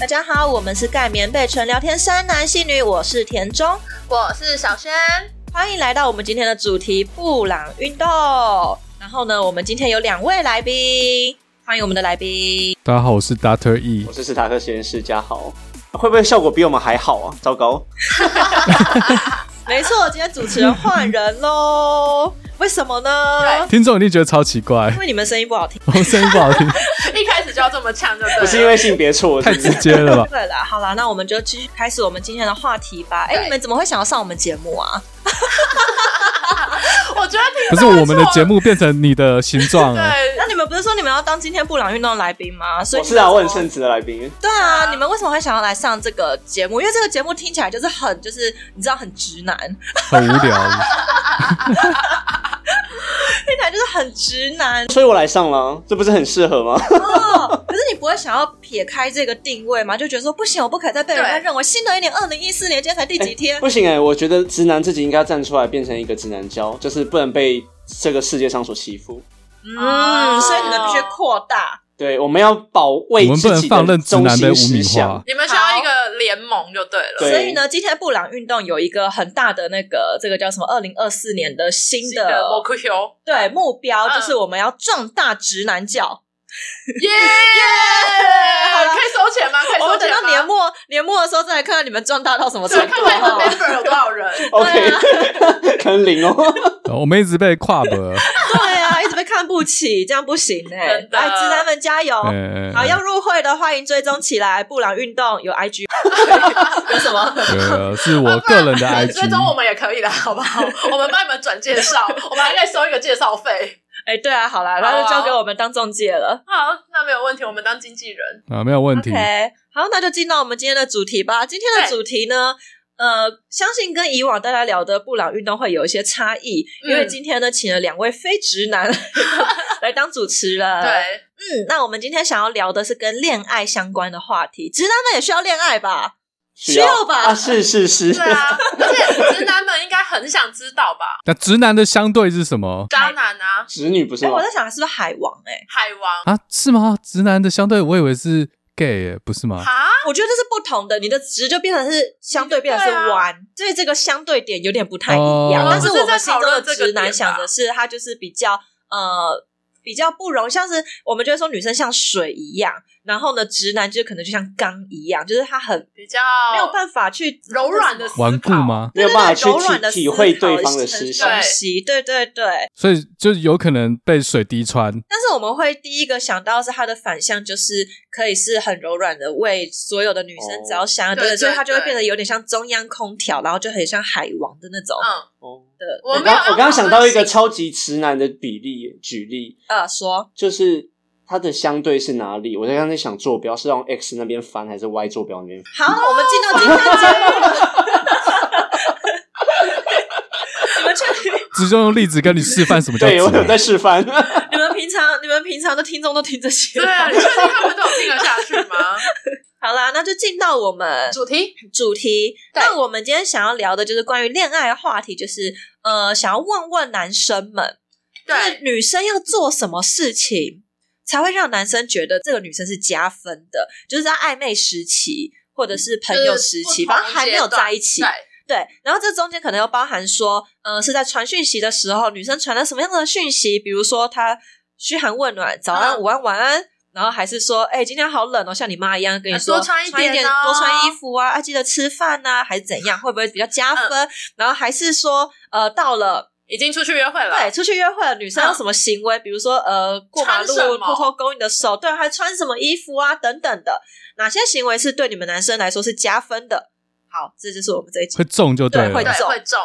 大家好，我们是盖棉被纯聊天三男性女，我是田中，我是小轩。欢迎来到我们今天的主题布朗运动。然后呢，我们今天有两位来宾，欢迎我们的来宾。大家好，我是 Doctor E 我。是史塔克实验室嘉豪，会不会效果比我们还好啊？糟糕，没错，今天主持人换人喽，为什么呢？听众一定觉得超奇怪 因，为你们声音不好听。我声音不好听， 一开始就要这么呛，就对了。不是因为性别错，太是直接 了吧？对啦，好啦，那我们就继续开始我们今天的话题吧。哎，对你们怎么会想要上我们节目啊？我觉得听可是我们的节目变成你的形状啊，那对，你们不是说你们要当今天布朗运动的来宾吗？所以我你是啊，们我很称职的来宾，对啊，你们为什么会想要来上这个节目？因为这个节目听起来就是很，就是你知道很直男， 很无聊。听起来就是很直男所以我来上了啊，这不是很适合吗？ 哦。可是你不会想要撇开这个定位吗？就觉得说不行，我不可以再被人家对认为新的一年二零一四年，今天才第几天？不行哎、我觉得直男自己应该站出来，变成一个直男胶，就是不能被这个世界上所欺负。嗯，所以你们必须扩大。对，我们要保卫我们不自能己放任直中男的心污思名想化。。你们需要一个联盟就对了。对所以呢，今天布朗运动有一个很大的那个，这个叫什么？二零二四年的新新的的 m o c u 对目标，就嗯是我们要壮大直男教。耶！好了可以收钱吗？可以我收们等钱到吗？年末年末的时候再来看看你们壮大到什么程对，度看看你哦。们 member 有多 少 人。啊 OK，可 能零哦。呃我们一直被跨博，对啊，一直被看不起，这样不行哎、真的来，直男们加油！嗯，好，要入会的欢迎追踪起来。布朗运动有 IG，有什么？呃，是我个人的追踪我 IG。们也可以的，好不好？我们帮你们转介 绍，我们还可以收一个介绍费。 哎、对啊，好啦，然后就交给我们当中介了。好，那没有问题，我们当经纪人。啊，没有问题。 OK，好，那就进到我们今天的主题吧。今天的对主题呢？呃，相信跟以往大家聊的布朗运动会有一些差异，嗯因为今天呢，请了两位非直男 来当主持人。，对，嗯，那我们今天想要聊的是跟恋爱相关的话题。直男们也需要恋爱吧？需要吧啊，是是是，对啊，而且直男们应该很想知道吧？那直男的相对是什么渣男啊，直女不是哎、吗我？在想是不是海王、哎，海 王啊？是吗？直男的相对，我以为是 gay，耶不是吗？哈，我觉得这是不同的，你的值就变成是相对变成是对啊弯，所以这个相对点有点不太一样。哦但是我们心中的我们是在讨论这个直男点吧想的是，他就是比较呃比较不容，像是我们就会说女生像水一样，然后呢，直男就可能就像钢一样，就是他很比较没有办法去哦柔软的思考顽固？吗？没有办法去柔软的体体会对方的的思对想东。西，对对对。所以就有可能被水滴穿。但是我们会第一个想到是他的反向，就是可以是很柔软的，为所有的女生哦着想，对对所以他就会对变得有点像中央空调，然后就很像海王的那种。嗯，哦的我我没有刚要我刚刚想啊到一个讨论性超级直男的比例，举例呃说，就是它的相对是哪里？我在刚才想坐标是让 x 那边翻还是 y 坐标那边翻？好，我们进到今天的节目了。你们确定？只就用例子跟你示范什么叫对，我直有男。在示 范。你们平常你们平常的听众都听这些对吗？啊，你确定他们都有听得下去 吗？好啦，那就进到我们主题主题。对那我们今天想要聊的就是关于恋爱的话题，就是呃，想要问问男生们，就是对，女生要做什么事情才会让男生觉得这个女生是加分的？就是在暧昧时期，或者是朋友时期，就是不同反正还没有阶段在一起对，对，然后这中间可能又包含说，呃，是在传讯息的时候，女生传了什么样的讯息？比如说她嘘寒问暖，早安、嗯午安、晚安，然后还是说，哎、今天好冷哦，像你妈一样跟你啊说，多穿一一点，点哦多穿衣服啊，啊，记得吃饭呐、还是怎样？会不会比较加分？嗯然后还是说，呃，到了已经出去约会了，对，出去约会了，女生有啊嗯什么行为？比如说，呃，过马穿路什么偷偷勾你的手，对，啊还穿什么衣服啊，等等的，哪些行为是对你们男生来说是加分的？好，这就是我们这一集会中就对了会对，中会中，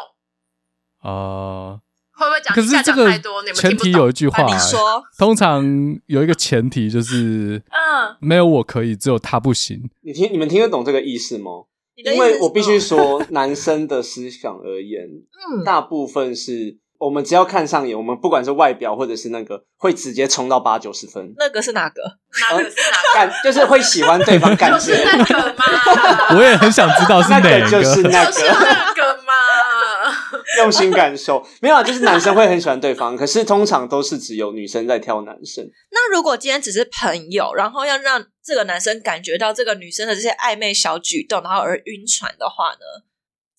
哦。会不会讲可一是下这讲个太多，你们前听不提懂？有一句话、啊，你说。通常有一个前提就是嗯，没有我可以，只有他不行。你听你们听得懂这个意思吗？你的意因思是为我必须什说， 男生的思想而言，么，嗯，大部分是我们只要看上眼，我们不管是外表或者是那个，会直接冲到八九十分，那个是哪个？哪个是哪感就是会喜欢对方个？ 感 就觉是，那个吗？我也很想知道是 那哪一就是个。 那就是个。那个吗？ 用心感受。没有啊，就是男生会很喜欢对方，可是通常都是只有女生在挑男生。那如果今天只是朋友，然后要让这个男生感觉到这个女生的这些暧昧小举动，然后而晕船的话呢，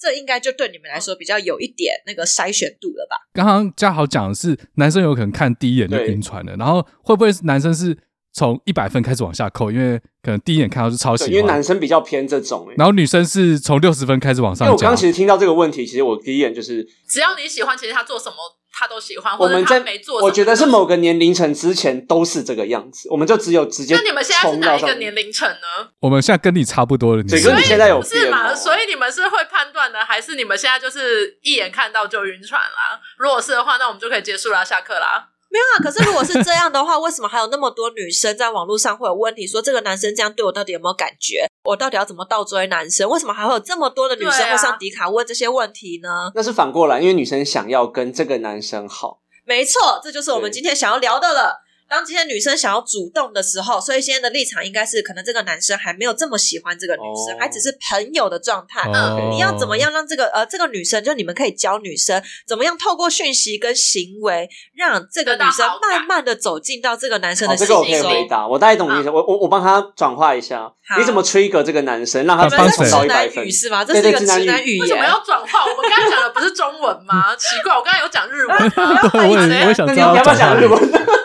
这应该就对你们来说比较有一点那个筛选度了吧？刚刚嘉豪讲的是男生有可能看第一眼就对晕船了，然后会不会是男生是从一百分开始往下扣，因为可能第一眼看到就超喜对，欢，因为男生比较偏这种、欸。然后女生是从六十分开始往因上为我刚加刚。其实听到这个问题，其实我第一眼就是只要你喜欢，其实他做什么他都喜欢，我或者们他在没做什么，我觉得是 某个年龄层之前都是这个样子，我们就只有直接那你们现在是冲哪到一上个面年龄层呢？我们现在跟你差不多了，你整个你现在有不是嘛？变哦所以你们是会判断的，还是你们现在就是一眼看到就晕船啦？如果是的话，那我们就可以结束啦，下课啦。没有啊，可是如果是这样的话，为什么还有那么多女生在网络上会有问题，说这个男生这样对我到底有没有感觉？我到底要怎么倒追男生？为什么还会有这么多的女生对啊会上迪卡问这些问题呢？那是反过来，因为女生想要跟这个男生好，没错，这就是我们对今天想要聊的了。当今天女生想要主动的时候，所以今天的立场应该是，可能这个男生还没有这么喜欢这个女生，哦还只是朋友的状态。嗯哦你要怎么样让这个呃这个女生，就你们可以教女生怎么样透过讯息跟行为，让这个得到女生好感慢慢的走进到这个男生好，的哦这心个我中。可以回答，我大概懂你意思。我我我帮他转化一下，你怎么 trigger 这个男生，让他你直们帮接这谁冲是到直一男百分语？是吗？这是一个对对直男直男语语为什么言。要转化？我们刚刚讲的不是中文 吗？奇怪，我刚才有讲日文吗？对，我也我也想那知你要道不要转讲换日文？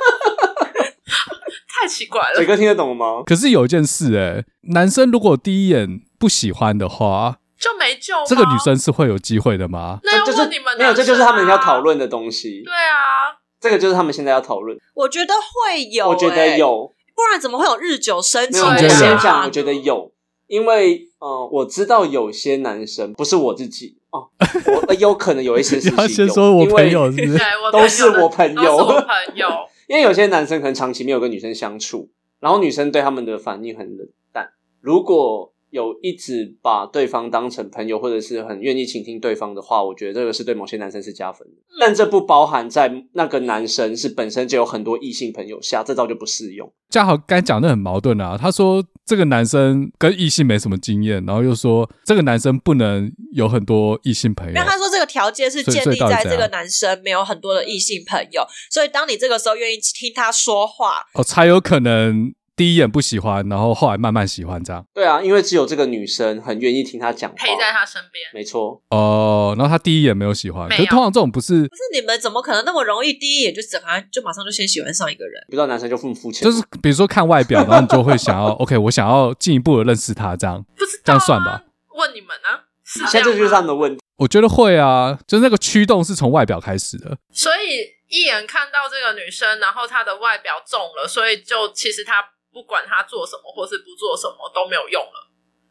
太奇怪了嘴。哥听得懂吗？可是有一件事、欸，男生如果第一眼不喜欢的话，就没救吗？这个女，生是会有机会的吗？那要这就问你是们、啊没有，这就是他们要讨。论的东西对。啊，这个就是他们现在要讨论。我觉得会有、我觉得欸，有，不然怎么会有日久生没情有，我的对啊想先法讲，呢？我觉得有，因为呃，我知道有些男生不是我自己哦，我呃有可能有一 些 事要情先有说我因朋为友是不对是？， 我都是的我朋友都是我朋友。因为有些男生可能长期没有跟女生相处，然后女生对他们的反应很冷淡。如果有一直把对方当成朋友，或者是很愿意倾听对方的话，我觉得这个是对某些男生是加分的。但这不包含在那个男生是本身就有很多异性朋友下，这招就不适用。嘉豪刚才讲的很矛盾啊，他说这个男生跟异性没什么经验，然后又说这个男生不能有很多异性朋友因为。他说这个条件是所以建所以立到底在怎这个样男生没有很多的异性朋友，所以当你这个时候愿意听他说话，哦，才有可能第一眼不喜欢，然后后来慢慢喜欢这样。对啊，因为只有这个女生很愿意听他讲话，陪在他身边。没错，哦，然后他第一眼没有喜欢，可没有是通常这种不是可，是你们怎么可能那么容易第一眼就整个就马上就先喜欢上一个人？不知道男生就付不付钱，就是比如说看外表，然后你就会想要，OK，我想要进一步的认识他这样，不知道、啊、这样算吧？问你们啊，是现在这这就是他样吗们的问题。我觉得会啊，就是那个驱动是从外表开始的。所以一眼看到这个女生，然后她的外表中了，所以就其实她不管她做什么或是不做什么都没有用了。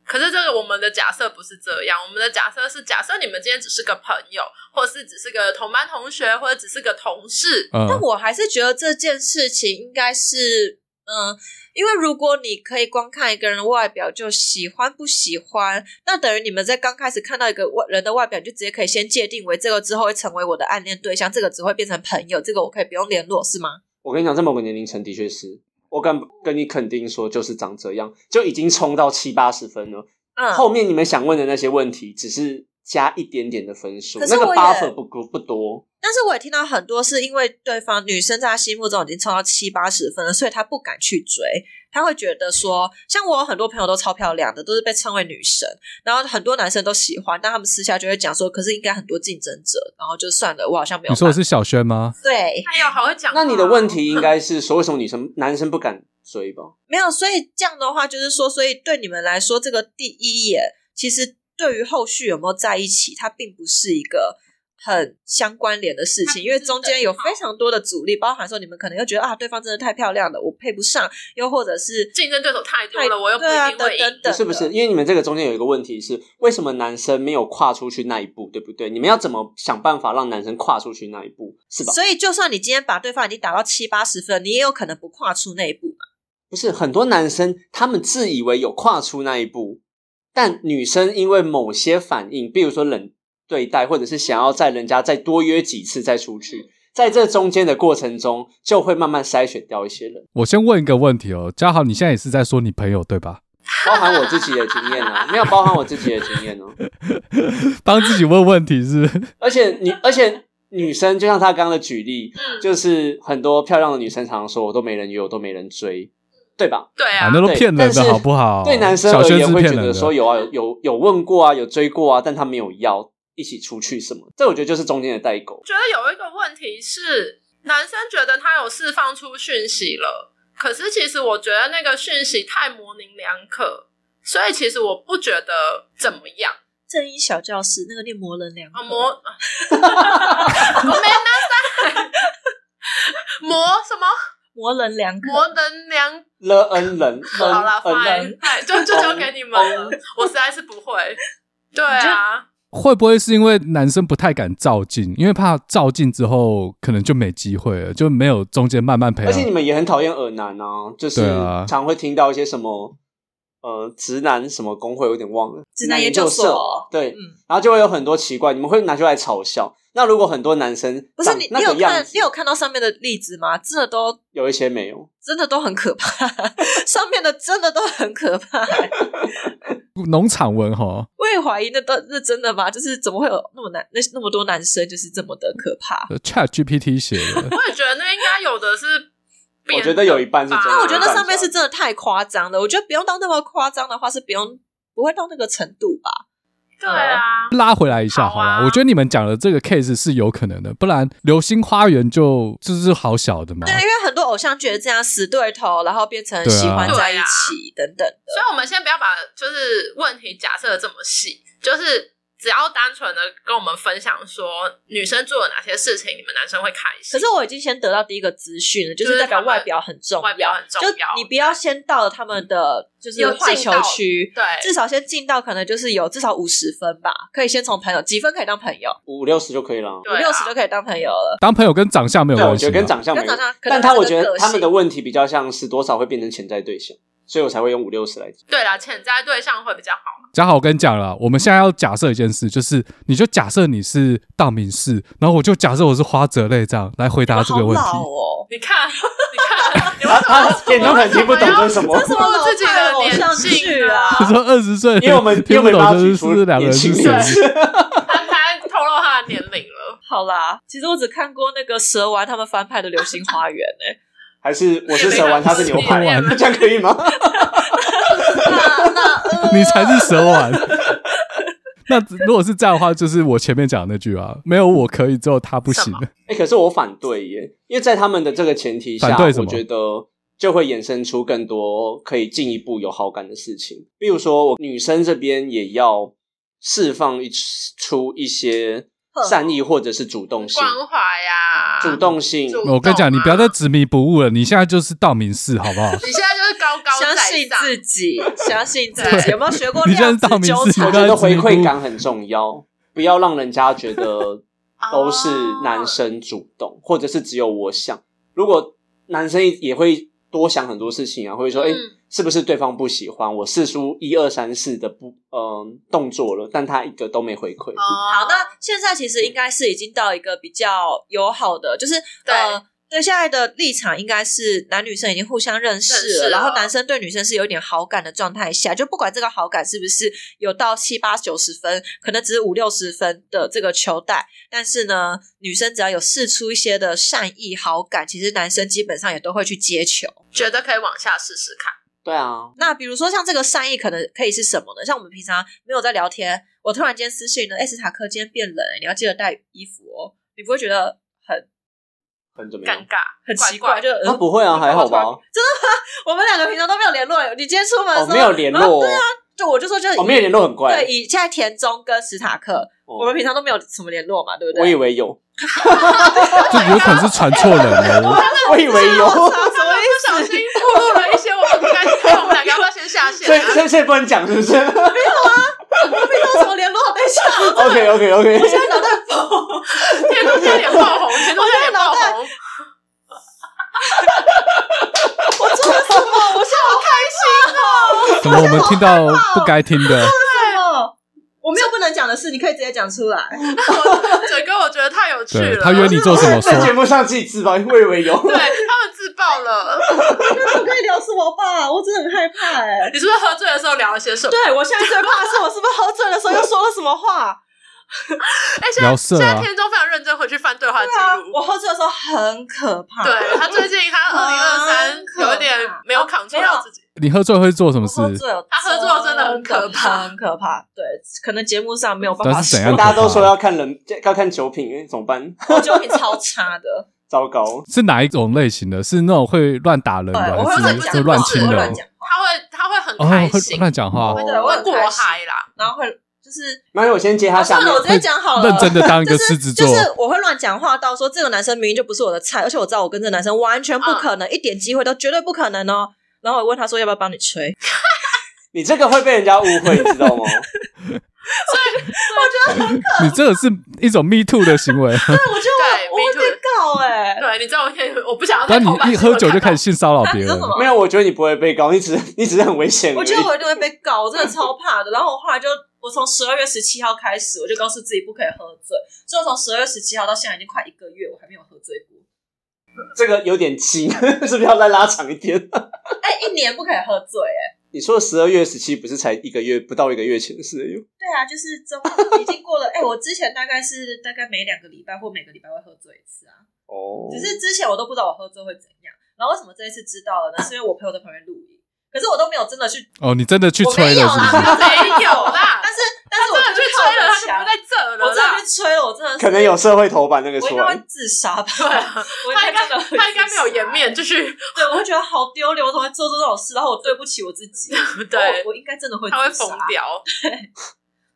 可是这个我们的假设不是这样，我们的假设是假设你们今天只是个朋友，或是只是个同班同学，或者只是个同事，嗯，但我还是觉得这件事情应该是，嗯，因为如果你可以光看一个人的外表就喜欢不喜欢，那等于你们在刚开始看到一个外人的外表，你就直接可以先界定为这个之后会成为我的暗恋对象，这个只会变成朋友，这个我可以不用联络，是吗？我跟你讲，在某个年龄层的确是，我敢跟你肯定说，就是长这样，就已经冲到七八十分了。嗯，后面你们想问的那些问题，只是加一点点的分数，可是那个我也 buffer 不够不多。但是我也听到很多是因为对方女生在他心目中已经冲到七八十分了，所以他不敢去追，他会觉得说，像我有很多朋友都超漂亮的，都是被称为女神，然后很多男生都喜欢，但他们私下就会讲说，可是应该很多竞争者，然后就算了，我好像没有你办法。说的是小轩吗？对，哎呦，好会讲啊话那哦。你的问题应该是说，为什么女生男生不敢追吧？没有，所以这样的话就是说，所以对你们来说，这个第一眼其实对于后续有没有在一起，它并不是一个。很相关联的事它不情，是因为中间有非常多的阻力，包含说你们可能又觉得啊，对方真的太漂亮了，我配不上， 又或者是竞争对手太多太了，我又不一对啊定会赢。等等等不是不是，因为你们这个中间有一个问题是，为什么男生没有跨出去那一步，对不对？你们要怎么想办法让男生跨出去那一步，是吧？所以，就算你今天把对方已经打到七八十分，你也有可能不跨出那一步嘛。不是很多男生，他们自以为有跨出那一步，但女生因为某些反应，比如说冷对待，或者是想要在人家再多约几次再出去，在这中间的过程中，就会慢慢筛选掉一些人。我先问一个问题哦，嘉豪，你现在也是在说你朋友对吧？包含我自己的经验啊，没有包含我自己的经验哦、帮自己问问题是不是？而且女，而且女生就像她刚刚的举例，就是很多漂亮的女生常常说，我都没人约，我都没人追，对吧？对啊啊，，那都对骗人但是的好不好？对男生哦小而圈言子会骗觉人得的，说有啊，有有有问过啊，有追过啊，但他没有要一起出去什么，这我觉得就是中间的代沟。觉得有一个问题是，男生觉得他有释放出讯息了，可是其实我觉得那个讯息太模棱两可，所以其实我不觉得怎么样。正音小教室那个念模棱两可啊，模，我没那赛，模什么模棱两可，模棱两 了恩人，可？好啦恩恩，fine，人，哎就就交给你们了，我实在是不会。对啊，会不会是因为男生不太敢照镜，因为怕照镜之后可能就没机会了，就没有中间慢慢培而且你养。们也很讨厌耳男啊，就是啊对啊常会听到一些什么呃直男什么工会，我有点忘了，直男研究究所对，嗯，然后就会有很多奇怪，你们会拿出来嘲笑。那如果很多男生不是长你，你那有个样看子，你有看到上面的例子吗？真的都有一些没有，真的都很可怕， 上面的真的都很可 怕、欸。农场文哈，我也怀疑那都那真的吗？就是怎么会有那么男那那么多男生就是这么的可啊怕？ Chat GPT 写的我也觉得那应该有的是编的吧。我觉得有一半是真的那我有觉得办上面法是真的太夸张了。我觉得不用到那么夸张的话，是不用不会到那个程度吧？对啊，拉回来一下好好啦，啊我觉得你们讲的这个 case 是有可能的，不然《流星花园》就就是好小的嘛对，。啊因为很多偶像剧也这样死对头，然后变成对啊喜欢在一起、等等的。所以我们先不要把就是问题假设的这么细，就是只要单纯的跟我们分享说女生做了哪些事情，你们男生会开可心。是我已经先得到第一个资讯了，就就是代表他们外表很重要，外表很重要就你不要先到了他们的就是有坏进球到区，对，至少先进到可能就是有至少五十分吧，可以先从朋友几分可以当朋友，五六十就可以了。对五啊六十就可以当朋友了。当朋友跟长相没有对，我关觉系得跟嘛，长相没跟有长相，可能但他跟我个觉得个他们的性问题比较像是多少会变成潜在对象，所以我才会用五六十来 讲。对啦，潜在对象会比较好。嘉豪，我跟你讲了，我们现在要假设一件事，就是你就假设你是道明寺，然后我就假设我是花泽类这样来回答这个问题好。老哦，你看，你看，你为他什么他点头很听不懂这是什么这，是什么老哦自己派的偶年像剧纪啊？ 你说二十岁，因为我们因 听为不我们把懂这它举是出两个年人轻是人谁？他他透露他的年龄了？好啦，其实我只看过那个蛇丸他们翻拍的《流星花园》欸 诶， 还是我是蛇丸，他是牛排也没，这样可以 吗？那那呃 你才是蛇丸。那 如果是这样的话，就是我前面讲的那句啊，没有我可以，只有他不行什么哎、可是我反对耶，因为在他们的这个前提下，反对什么我觉得就会衍生出更多可以进一步有好感的事情。比如说，我女生这边也要释放一出一些善意或者是主动性，关怀呀，主。动性。主我跟你讲，你不要再动啊执迷不悟了，你现在就是道明寺，好不好？你现在就是高高在相上，信自己，相信自己，对有没有学过你现在量是子道明纠寺缠我？觉得回馈感很重要，不要让人家觉得哦都是男生主动，或者是只有我想。如果男生也会多想很多事情啊，会说，哎、嗯是不是对方不喜欢我？试出一二三四的不，嗯、动作了，但他一个都没回馈。哦。好，那现在其实应该是已经到一个比较友好的，就是对呃，对现在的立场应该是男女生已经互相认识了，认识了然后男生对女生是有点好感的状态下，就不管这个好感是不是有到七八九十分，可能只是五六十分的这个球带，但是呢，女生只要有试出一些的善意好感，其实男生基本上也都会去接球。觉得可以往下试试看。对啊，那比如说像这个善意，可能可以是什么呢？像我们平常没有在聊天，我突然间私讯呢，哎、斯塔克今天变冷、你要记得带衣服哦。你不会觉得很很怎么样尴？尬，很奇怪？怪就、他呃不会啊，还好吧？我们两个平常都没有联络，你今天出门的时哦，候、没有联络哦，就我就说就是哦，没有联络很怪对，。以现在田中跟史塔克，哦我们平常都没有什么联络嘛，对不对？我以为有，这有可能是传错人了。我以为有，我操什么意不小心暴露了一些我们不该，我们两个要不要先下 线所以啊？所以所以不能讲，是不是 思？平常有什么联络？等一下， ？OK OK OK，我现在脑 袋哦疯，天空现在脸爆红，天空现在脸爆红，我做了什么？我现在好开心哦！怎么我们听到不该听的？什么？哦我没有不能讲的事，你可以直接讲出来。我整个我觉得太有趣对啊 了。他约你做什么？在节说 目上自己自曝，我以为有。对他们自爆 了？那 我跟你聊什么吧？我真的很害怕哎、你是不是喝醉的时候聊了些什么？对我现在最怕的是我是不是喝醉的时候又说了什么话？哎、现在聊色现啊在听众非常认真回去翻对话记对啊，录。我喝醉的时候很可怕。对他最近他二零二三很可怕哦有一点没有扛住到自己，你喝醉会做什么我事？喝醉了，他喝醉了真的很可怕很可怕。对，可能节目上没有办法但是说怎，样大家都说要看人，要看酒品，哎怎么办？ 我酒品超差 的。糟糕！是哪一种类型的？是那种会乱打人的，对，我还会乱是讲会话，乱我亲会人乱？讲话，他会他会很哦，开会心，乱讲话，对，我会很过开心，嗨啦。然后会就是。没有，我先接他啊下算面了，。我直接讲好了。认真的当一个就是狮子座就是我会乱讲话，到说这个男生明明就不是我的菜，而且我知道我跟这个男生完全不可能，一点机会都绝对不可能哦。然后我问他说要不要帮你吹，你这个会被人家误会，你知道 吗？你这个是一种 me too 的行 为，对，我就对我会 me too 被告哎、对，你知道我可以，我不想要再但你偷拍一喝酒就开始看到性骚扰啊别 你人说什，么？没有，我觉得你不会被告，你只是你只是很危险而已。我觉得我一定会被告，我真的超怕的。然后我后来就，我从十二月十七号开始，我就告诉自己不可以喝醉，所以我从十二月十七号到现在已经快一个月，我还没有喝醉过。这个有点轻， 是不是要再拉长一点？ 哎、一年不可以喝醉、哎，你说十二月十七不是才一个月不到一个月前的事而已吗？对啊，就是中已经过了。哎、我之前大概是大概每两个礼拜或每个礼拜会喝醉一次啊，哦，只是之前我都不知道我喝醉会怎样。然后为什么这一次知道了呢？是因为我朋友在旁边录影，可是我都没有真的去，哦，你真的去我吹没有了是不是？啦，没有啦但是但是我啊真的去就是吹了，靠着他就墙不在这我了真的啦去。吹了，我真的是可能有社会头版那个我出应该来会。自杀吧？对啊我他应该真的会他应该没有自杀颜。面，就是对，我会觉得好丢脸，我怎么会做出这种事？然后我对不起我自己。 对我我应该真的会他会自杀疯。掉。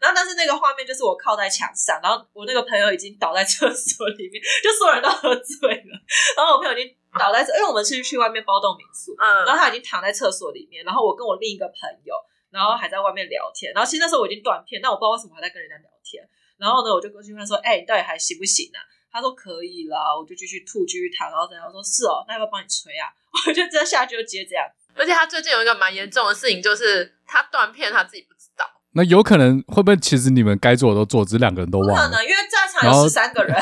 然后，但是那个画面就是我靠在墙上，然后我那个朋友已经倒在厕所里面，就所有人都喝醉了。然后我朋友已经倒在厕，因为我们是去外面包栋民宿，然嗯，后他已经躺在厕所里面，然后我跟我另一个朋友，然后还在外面聊天，然后其实那时候我已经断片，但我不知道为什么还在跟人家聊天。然后呢，我就过去问他说：“哎、你到底还行不行啊？”他说：“可以啦。”我就继续吐，继续躺，然后等下我说：“是哦，那要不要帮你吹啊？” 我就这样下去就直接这样，而且他最近有一个蛮严重的事情，就是他断片，他自己不知道。那有可能会不会其实你们该做的都做，只是两个人都不忘可了，能，因为在场然有后十三 个人，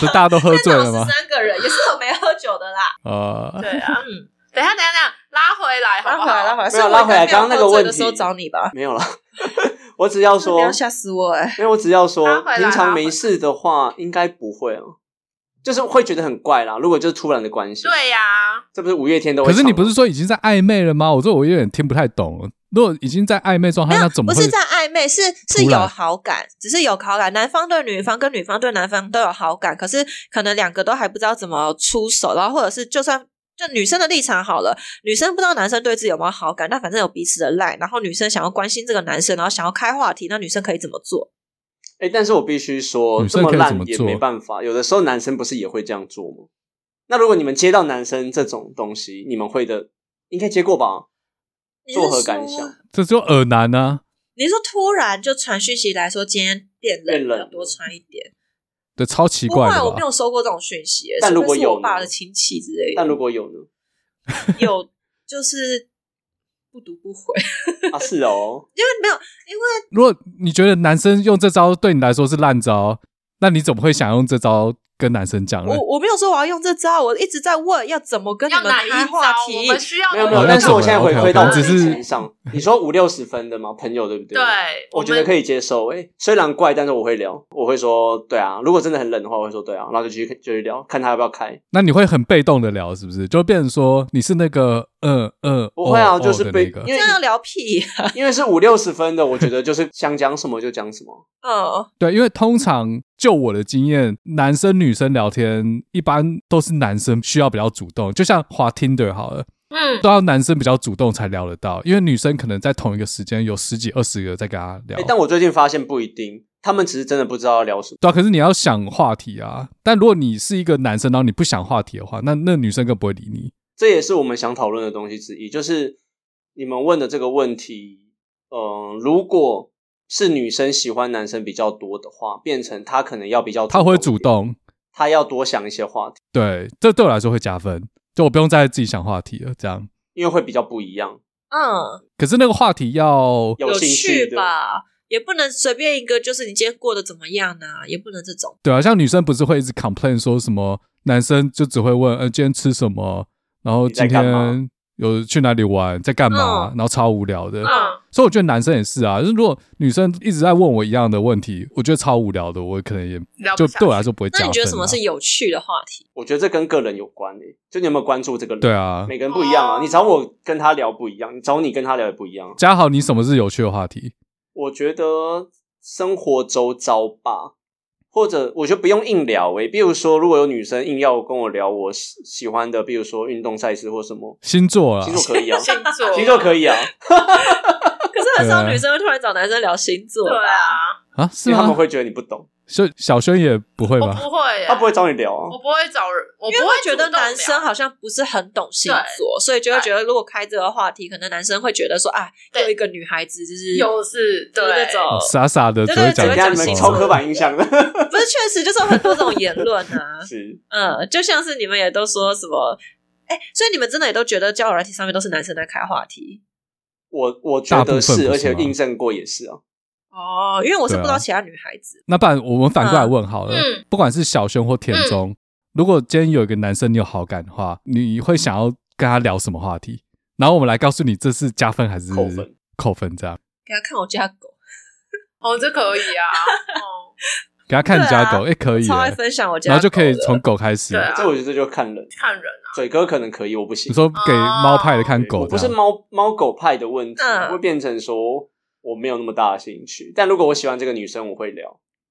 就大家都喝醉了十吗？三个人也是有没喝酒的啦。呃，对啊，嗯，等一下等一下等一下，拉回来好不好？回来没有拉回来刚刚那个问题你吧。 没有啦，我只要说不，要吓死我哎、没有，我只要拉说回，来平常没事的话应该不会哦，就是会觉得很怪啦。如果就是突然的关系，，对呀、这不是五月天都会可唱吗。是你不是说已经在暧昧了吗？我说我有点听不太懂。如果已经在暧昧状态，那怎么不会是？在暧昧，是是突有然好感，只是有好感，男方对女方跟女方对男方都有好感，可是可能两个都还不知道怎么出手，然后或者是就算。就女生的立场好了，女生不知道男生对自己有没有好感，但反正有彼此的赖，然后女生想要关心这个男生，然后想要开话题，那女生可以怎么做？哎、但是我必须说，女这生可以烂怎么也做没办法。有的时候男生不是也会这样做吗？那如果你们接到男生这种东西，你们会的应该接过吧？你是作何感想说？这就耳男啊，你是说突然就传讯息来说今天变冷变冷了，多穿一点？对，超奇不会啊怪，的我吧没？有收过这种讯息耶。但除非如果是有我爸呢的亲戚之类的，但如果有呢？有就是不读不回，啊，是哦，因为没有如果你觉得男生用这招对你来说是烂招，那你怎么会想用这招跟男生讲呢？我我没有说我要用这招，我一直在问要怎么跟你要们哪一开招话？我题。们需要没有没哦有。要但是走我现在了回，OK，OK 归到我只自己是身上，你说五六十分的吗？朋友对不对？对，我觉得可以接受，诶、虽然怪，但是我会聊，我会说对啊。如果真的很冷的话，我会说对啊，然后就继续继续聊，看他要不要开。那你会很被动的聊，是不是？就变成说你是那个嗯嗯，不会啊，哦就是哦的被、那个因这为样聊屁，因为是五六十分的，我觉得就是想讲什么就讲 什么。嗯，对，因为通常就我的经验，男生女生聊天一般都是男生需要比较主动，就像滑 Tinder 好了，嗯，都要男生比较主动才聊得到，因为女生可能在同一个时间有十几二十个在跟他聊诶、。但我最近发现不一定，他们只是真的不知道要聊什么。对啊，可是你要想话题啊。但如果你是一个男生，然后你不想话题的话，那那女生更不会理你。这也是我们想讨论的东西之一，就是你们问的这个问题，嗯、如果是女生喜欢男生比较多的话，变成她可能要比较她会一点主，动，她要多想一些话题，对，这对我来说会加分，就我不用再自己想话题了。这样，因为会比较不一样，嗯，可是那个话题要有兴趣的。吧？也不能随便一个，就是你今天过得怎么样呢、也不能这种。啊对啊，像女生不是会一直 complain 说什么男生就只会问，呃，今天吃什么？然后你在今干嘛天有去哪里玩，在干嘛？嗯然后超无聊的。嗯，所以我觉得男生也是啊，就是如果女生一直在问我一样的问题，我觉得超无聊的，我可能也聊不就下对我去来说不会加那分、啊。你觉得什么是有趣的话题？ 我觉得这跟个人有关诶、就你有没有关注这个人？对啊，每个人不一样啊。哦你找我跟他聊不一样，你找你跟他聊也不一样啊。嘉豪，你什么是有趣的话题？我觉得生活周遭吧，或者我觉得不用硬聊欸诶、比如说，如果有女生硬要跟我聊我喜喜欢的，比如说运动赛事或什么，星座啦星，座可以啊，星座，星座可 以啊，可是很少对啊女生会突然找男生聊星座对吧，啊，啊，是因为他们吗？会觉得你不懂，所以小轩也不会我吗？不会耶，他不会找你聊啊我。不会找人，我因不为会会觉得主动男生聊好像不是很懂星座，所以就会觉得如果开这个话题，可能男生会觉得说，啊，对有一个女孩子就是又是就是对那种哦，傻傻的只对会对只讲等会一下讲你们星超座刻板印象的，，不是确实就是有很多种言论啊是嗯，就像是你们也都说什么。哎，所以你们真的也都觉得交友软体上面都是男生在开话题我我觉大部得分是，不而是且吗印证过也是啊。哦？因为我是对啊不知道其他女孩子，那不然我们反过来问好了，嗯不管是小轩或田中，如果今天有一个男生你有好感的话，你会想要跟他聊什么话题？然后我们来告诉你这是加分还是扣分，扣分这样。给他看我家狗，哦，这可以啊，哦，给他看你家狗，哎、可以耶、超爱分享我家然狗的，后就可以从狗开始。对啊这我觉得这就看人，看人啊，嘴哥可能可以，我不行你。说给猫派的看我狗不这是样，猫猫狗派的问题，嗯会变成说我没有那么大的兴趣。但如果我喜欢这个女生，我会聊。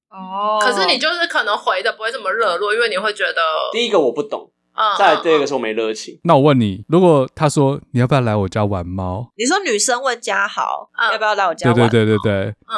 哦。可是你就是可能回的不会这么热络，因为你会觉得，第一个我不懂，嗯，再来嗯第二个是我没热情。那我问你，如果他说你要不要来我家玩猫？你说女生问家豪、嗯要不要来我家对玩？对对对对，嗯，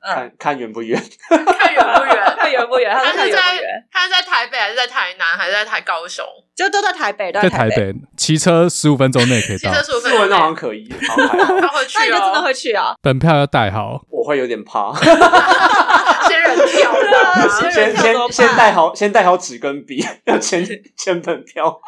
嗯，看看远不远，看远不 远，看远不远，他他说看远不是远，在他是在台北还是在台南还是在台高雄？就都在台北，都在台台。北骑车十五分钟内可以骑到，车十五四分文钟啊那好像内，可以，好像还好他会去那你就真的哦，会去啊？本票要带好。我会有点怕。仙人跳对啊仙 嗯的，人先跳怎么先办先带好，先带好纸跟笔，要签签本票。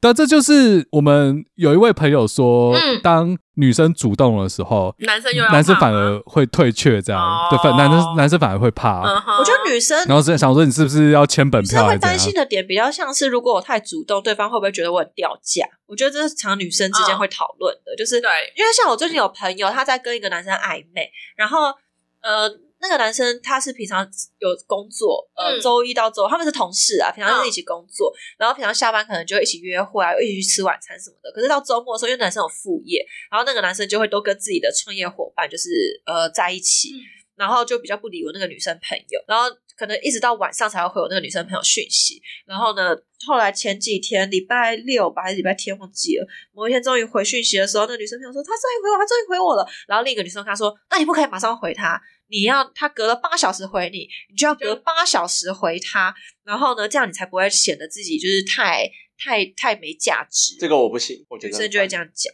但这就是我们有一位朋友说，嗯当女生主动的时候，男生又要男生怕反吗而啊会退却，这样、哦对，反男生男生反而会怕。嗯哼，我觉得女生然后是想说你是不是要签本女票生还会是怎担样心？的点比较像是，如果我太主动，对方会不会觉得我很掉价？我觉得这是常女生之间嗯会讨论的，就是对，因为像我最近有朋友，他在跟一个男生暧昧，然后呃，那个男生他是平常有工作，呃，嗯周一到周他们是同事啊，平常嗯是一起工作，然后平常下班可能就会一起约会啊，一起去吃晚餐什么的。可是到周末的时候，因为男生有副业，然后那个男生就会都跟自己的创业伙伴就是呃在一起，嗯然后就比较不理我那个女生朋友，然后可能一直到晚上才会回我那个女生朋友讯息。然后呢，后来前几天礼拜六吧还是礼拜天忘记了，某一天终于回讯息的时候，那个女生朋友说她终于回我，她终于回我了。然后另一个女生跟她说，那你不可以马上回她，你要她隔了八小时回你，你就要隔八小时回她，然后呢，这样你才不会显得自己就是太太太没价值。这个我不行，我觉女得生就会这样讲。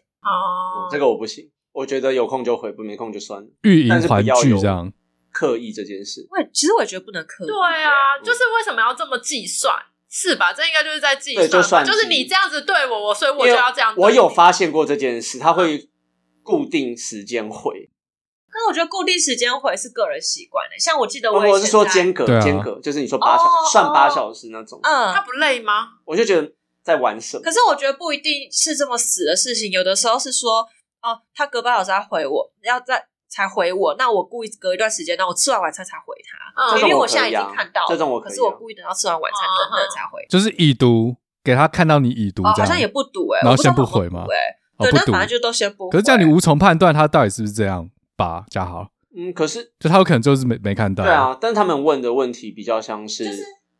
嗯，哦这个我不行，我觉得有空就回，不没空就算了。欲但迎是不还要拒有这样，刻意这件事，我也其实我也觉得不能刻意。对啊，就是为什么要这么计算？是吧？这应该就是在计对就算算吧，就是计你这样子对我，我所以我因就为要这样对你。我有发现过这件事，他会固定时间回，可是我觉得固定时间回是个人习惯的，像我记得我以前哦我是说在间隔对啊间隔，就是你说八小哦算八哦小时那种，他嗯，不累吗？我就觉得在玩什么可。是我觉得不一定是这么死的事情，有的时候是说哦，他隔半小时要回我，要再才回我，那我故意隔一段时间，那我吃完晚餐才回他，嗯，这因种为我可以现在已经啊看到了这种我可可嗯以是我啊故意等到吃完晚餐等等才回。就是已读，给他看到你已读这哦，好样，像也不赌哎、然后我知道先不他有没有回嘛赌哎、哦对，不但读。反正就都先不回。可是这样你无从判断他到底是不是这样吧，嘉豪，嗯，可是就他有可能就是没没看到。对，啊，但他们问的问题比较像是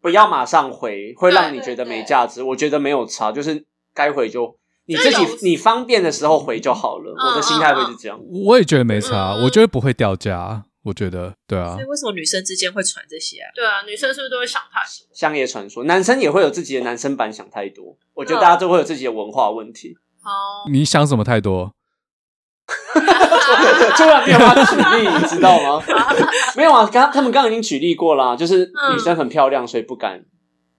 不要马上回，会对让你对觉得没对价值。我觉得没有差，就是该回就你就自有己你方便的时候回就好了。嗯我的心态会是这样。我也觉得没差，嗯我觉得不会掉价，我觉得对啊所以，为什么女生之间会传这些啊？对啊，女生是不是都会想太多？乡野传说，男生也会有自己的男生版，想太多。我嗯觉得大家都会有自己的文化问题。哦，你想什么太多， 突然变他举例，你知道嗯吗？没有啊，刚他们刚刚已经举例过啦，就是女生很漂亮，所以不敢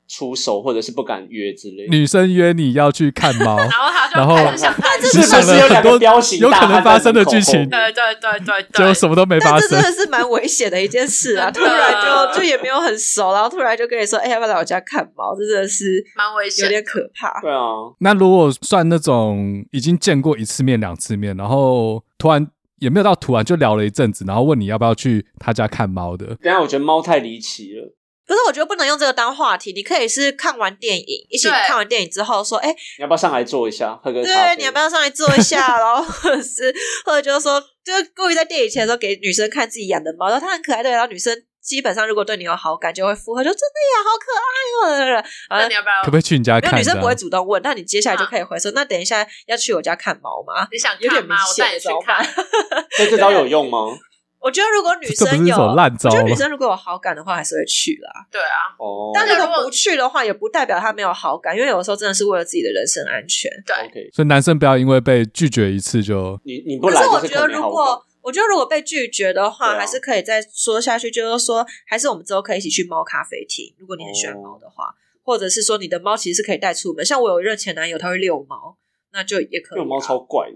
出手，或者是不敢约之类的。女生约你要去看猫，然后他就然后开始想看是不是有两个彪形有大可能汉发在生门的口剧后情面对对对对对，就什么都没发但这生真。的是蛮危险的一件事啊！突真的然就就也没有很熟，然后突然就跟你说，哎、要不要来我家看猫？这真的是蛮危有险的。点可怕。对啊，那如果算那种已经见过一次面、两次面，然后突然也没有到突然就聊了一阵子，然后问你要不要去他家看猫的，等一下我觉得猫太离奇了，不是，我觉得不能用这个当话题。你可以是看完电影，一起对看完电影之后说，哎、你要不要上来坐一下，喝个咖啡？对，你要不要上来坐一下？ 然后或者是或者就是说，就是故意在电影前的时候给女生看自己养的猫，然后它很可爱，对，然后女生基本上如果对你有好感，就会附和，就真的呀，好可爱哦。那你要不要可不？可以去你家没有啊看？女生不会这样主动问，那你接下来就可以回说，那等一下要去我家看猫吗？你想有点看明吗？我带显，你去怎么看办。？那这招有用吗？我觉得如果女 这不生是一有，种烂招我觉得吗女生如果有好感的话，还是会去啦。对啊，哦，但是如如果果不去的话，也不代表她没有好感，因为有的时候真的是为了自己的人身安全。对， OK，所以男生不要因为被拒绝一次就你你不可来是就我是觉可能得没如好感果。我觉得如果被拒绝的话，对啊还是可以再说下去，就是说，还是我们之后可以一起去猫咖啡厅。如果你很喜欢哦猫的话，或者是说你的猫其实是可以带出门，像我有一任前男友，他会遛猫，那就也可以、因为啊。猫超怪的，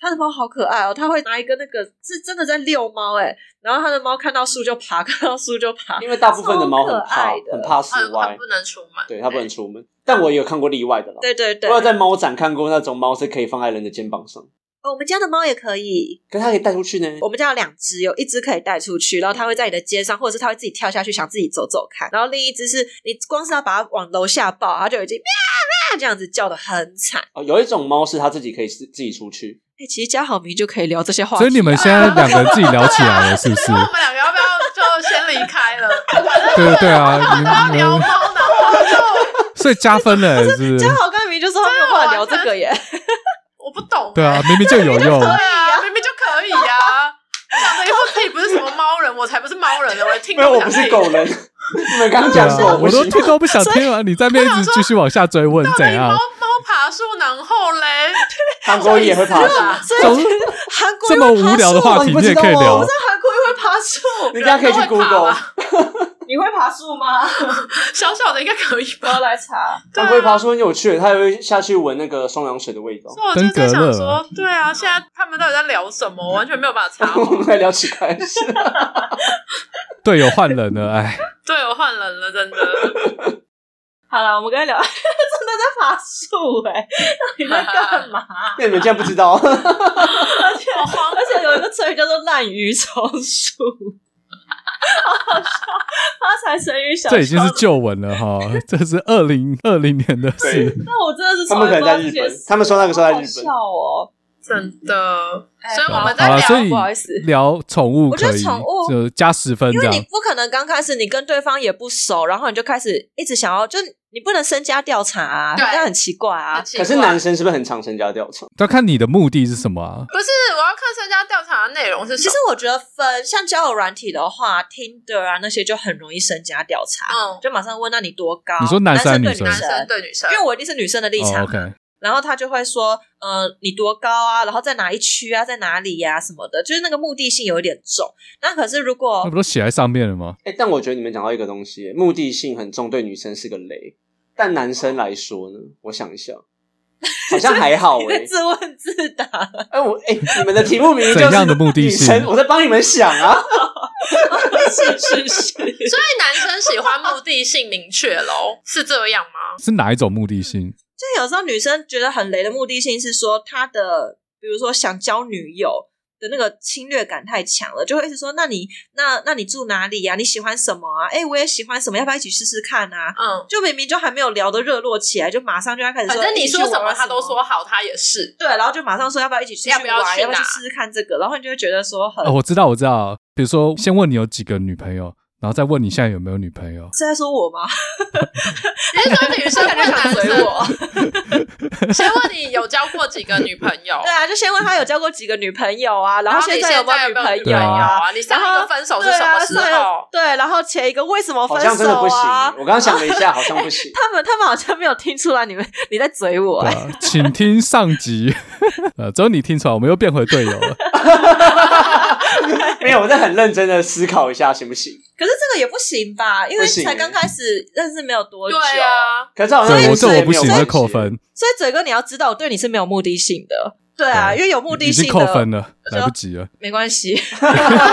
他的猫好可爱哦，他会拿一个那个是真的在遛猫哎，然后他的猫看到树就爬，看到树就爬。因为大部分的猫很怕超可爱的嗯很怕室很外很不，能出门，对它不能出门。但我也有看过例外的啦，对对对，我有在猫展看过那种猫是可以放在人的肩膀上，哦我们家的猫也可以，可是它可以带出去呢。我们家有两只，有一只可以带出去，然后它会在你的街上，或者是它会自己跳下去，想自己走走看。然后另一只是你光是要把它往楼下抱，它就已经喵喵这样子叫的很惨。哦，有一种猫是它自己可以自自己出去，哎、其实嘉好明就可以聊这些话题所以你们现在两个人自己聊起来啊 了，是不是？我们两个要不要就先离开 了？对对对啊，你聊们猫，然后就所以加分了、是 不是嘉？豪刚明就说他没有办法聊这个耶，我不懂。对啊，明明就有用对。啊，明明就可以啊呀。讲的一副自己不是什么猫人，我才不是猫人呢，我 听没都有，我想不是听狗人。你们刚刚对讲啊，狗不我行都听都不想听了，你在那边一直继续往下追问，到怎啊底猫样？猫爬树，然后 嘞，韩国也会爬啊树，所以总韩国这人么会爬无聊的树话题你你不知也道可以哦聊啊我，韩国人会爬树，你大家可以去人都会爬 Google，吧 你会爬树吗？小小的应该可以 我要吧？来查。韩国也爬树很有趣，它还会下去闻那个双氧水的味道。啊所以我就在登革想热说，对啊，现在他们到底在聊什么？我完全没有办法查我好。们来聊起开 始，队友换人 了，哎，对，我换人了，真的。好了，我们刚才聊， 真的在爬树哎、 到底在干嘛？那你们竟然不知道？而且好荒谬而且有一个成语叫做“滥竽充数”，好好笑，发财神与小这已经是偷旧闻了哈， 这是二零二零年的事对。，但我真的是他们可能在日本，他们说那个时候在日笑本，哦，真的，哎所以我们在好了，啊聊所以不好意思聊宠物我觉得可以宠物，就加十分因这为样你。不可能刚开始你跟对方也不熟，然后你就开始一直想要，就你不能身家调查啊，对那很奇怪啊很。奇可怪是男生是不是很常身家调查？要看你的目的是什么啊？不是我要看商家调查的内容是其什实么？我觉得分像交友软体的话，Tinder 啊那些就很容易身家调查，嗯，就马上问那你多高？你说男男生还是对女女生男生对女生，因为我一定是女生的立哦场，OK，然后他就会说，呃，你多高啊？然后在哪一区啊？在哪里呀、什么的，就是那个目的性有一点重。那可是如那果不都写在上面了吗？哎、但我觉得你们讲到一个东西，目的性很重，对女生是个雷，但男生来说呢，我想一下，好像还好你哎、在自问自答，哎、我哎、你们的题目名就是怎样的目的性女生我在帮你们想啊。是是是，所以男生喜欢目的性明确喽， 是这样吗？是哪一种目的性？就有时候女生觉得很雷的目的性是说她的，比如说想交女友的那个侵略感太强了，就会一直说，那你那那你住哪里呀、你喜欢什么啊？哎，我也喜欢什么，要不要一起试试看啊？嗯，就明明就还没有聊得热络起来，就马上就要开始反说，正你说哎一起什玩么玩他都说好，他也是。对，然后就马上说要不要一起出去要不要玩，去要不要去哪试试看这个，然后你就会觉得说很哦，我知道，我知道。比如说，先问你有几个女朋友，然后再问你现在有没有女 朋友。是在说我吗？你是说 女生感问觉男想追生？我。先问你有交过几个女朋友 对？啊，就先问他有交过几个女朋友啊，然后你在现有没在有女没有友友啊？啊？你上一然个后分手是对什么啊时上一候？对，然后前一个为什么好分像真的手不行啊？。我刚刚想了一下，好像不 。行他们他们好像没有听出来你们你在嘴我、对、哎啊，请 听上集。呃，只有你听出来，我们又变回队友了。没有，我在很认真的思考一下行不行？可是这个也不行吧，因为不行才刚开始认识没有多久。对啊，可是哦好像对我这这我不行，会会扣。分，所以嘴哥，你要知道，我对你是没有目的性的。对啊，对因为有目已的性经的扣分了，来不及了。没关 系，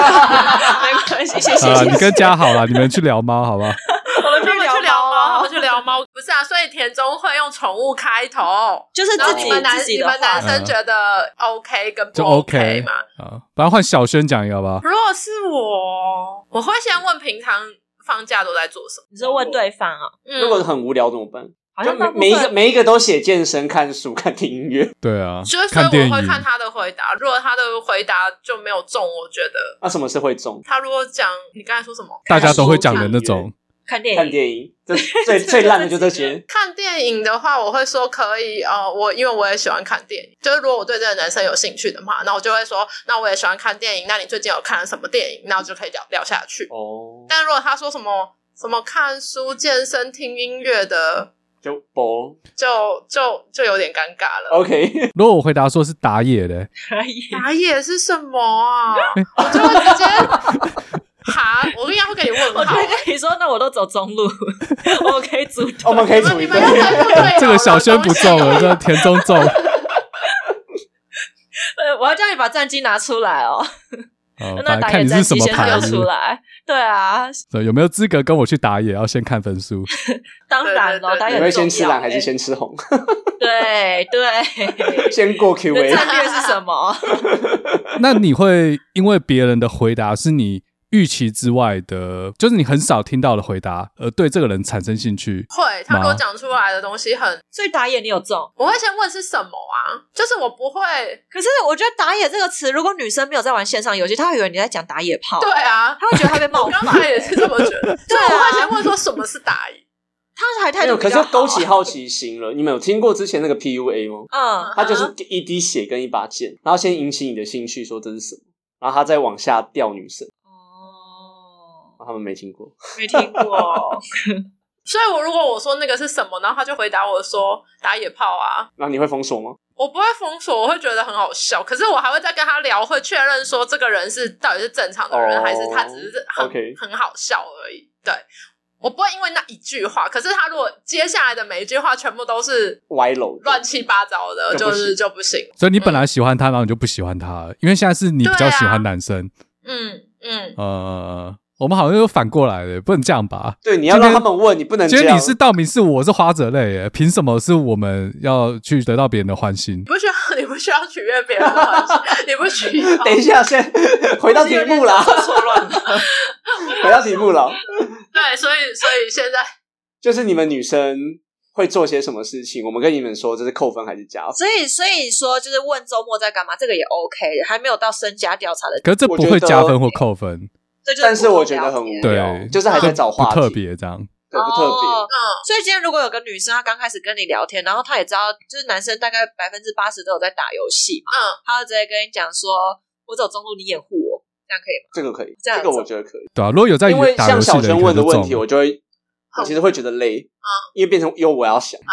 没关系，谢谢好了，啊你谢谢。跟家好了，你们去聊猫好不好？我们他们去聊聊猫猫，他们去聊猫，不是啊？所以田中会用宠物开头，就是然后自你己们男自己你的们话男，生觉得 OK 跟不就 OK OK 嘛？啊，不然换小轩讲一个好不好？如果是我，我会先问平常放假都在做什么。你就问对方啊，嗯如果很无聊怎么办？好就像大部每每一个分每一个都写健身、看书、看听音乐，对啊所以，所以看电我会影看他的回答，如果他的回答就没有中，我觉得那、什么是会中？他如果讲你刚才说什么，大家都会讲的那种，看电看影，电影，这 最最烂的就这些。看电影的话，我会说可以哦、呃我因为我也喜欢看电影，就是如果我对这个男生有兴趣的话，那我就会说，那我也喜欢看电影，那你最近有看了什么电影？那我就可以聊聊下去。哦，但如果他说什么什么看书、健身、听音乐的，就博就就就有点尴尬哦了。 OK， 如果我回答说是打野的，打野是什么 啊？我就会直接 哈，我应该会给你问 我就号会。跟你说，那我都走中路， 我可以组哦我团。们可以组你一们队又。在做对这好个的小轩不东西中了，这田中 中啊对我要叫你把战绩拿出来哦，，那反正打野看你战是什绩么先牌拿子出，来。对啊，对有没有资格跟我去打野？要先看分数。当然对对了，对当 你然会很先吃重要蓝还是欸 先吃红？对 对，先过你 QA 的。战略是什么？ 那你会因为别人的回答是你预期之外的，就是你很少听到的回答，而对这个人产生兴趣？会，他给我吗讲出来的东西很，所以打野你有中，我会先问是什么啊，就是我不会，可是我觉得打野这个词，如果女生没有在玩线上游戏，她会以为你在讲打野炮，对啊，她会觉得她被冒 我刚犯，才也是这么觉 得，就对啊我会先问说什么是打野，她还态没度有，比可是较要好啊勾起好奇心了。你们有听过之前那个 PUA 吗？嗯，它就是一滴血跟一把剑，然后先引起你的兴趣，说这是什么，然后他再往下吊女生。哦，他们没听过，没听过，所以我如果我说那个是什么，然后他就回答我说打野炮啊，然后你会封锁吗？我不会封锁，我会觉得很好笑，可是我还会再跟他聊，会确认说这个人是到底是正常的人，哦还是他只是很 OK 很好笑而已，对。我不会因为那一句话，可是他如果接下来的每一句话全部都是歪楼的乱七八糟的，就不就行是就不行。所以你本来喜欢他，然后你就不喜欢他了，因为现在是你比较啊喜欢男生。嗯嗯，呃，我们好像又反过来了，不能这样吧？对，你要让他们问，你不能今这天样。你是道明寺，我是花泽类耶，凭什么是我们要去得到别人的欢心你？不需要，你不需要取悦别人的欢心，你不需 要。等一下，先回到题目啦，错乱回到题目了，对，所以所以现在啊就是你们女生会做些什么事情？我们跟你们说，这是扣分还是加 分？所以所以说就是问周末在干嘛，这个也 OK，的还没有到身家调查的，可是这不我会觉得加分或扣分，这就是但是普通我觉得聊很天无聊，对，就是还在找话不题，特别这样。对，不特哦别。嗯，所以今天如果有个女生，她刚开始跟你聊天，然后她也知道，就是男生大概百分之八十都有在打游戏嘛，嗯，她就直接跟你讲说：“我走中路，你掩护我，这样可以吗这个可以，这样这子个我觉得可以，对啊，如果有在因为打游像戏小的人轩可问能的就问中题，了我就会，我其实会觉得累，因为变成由我要想啊，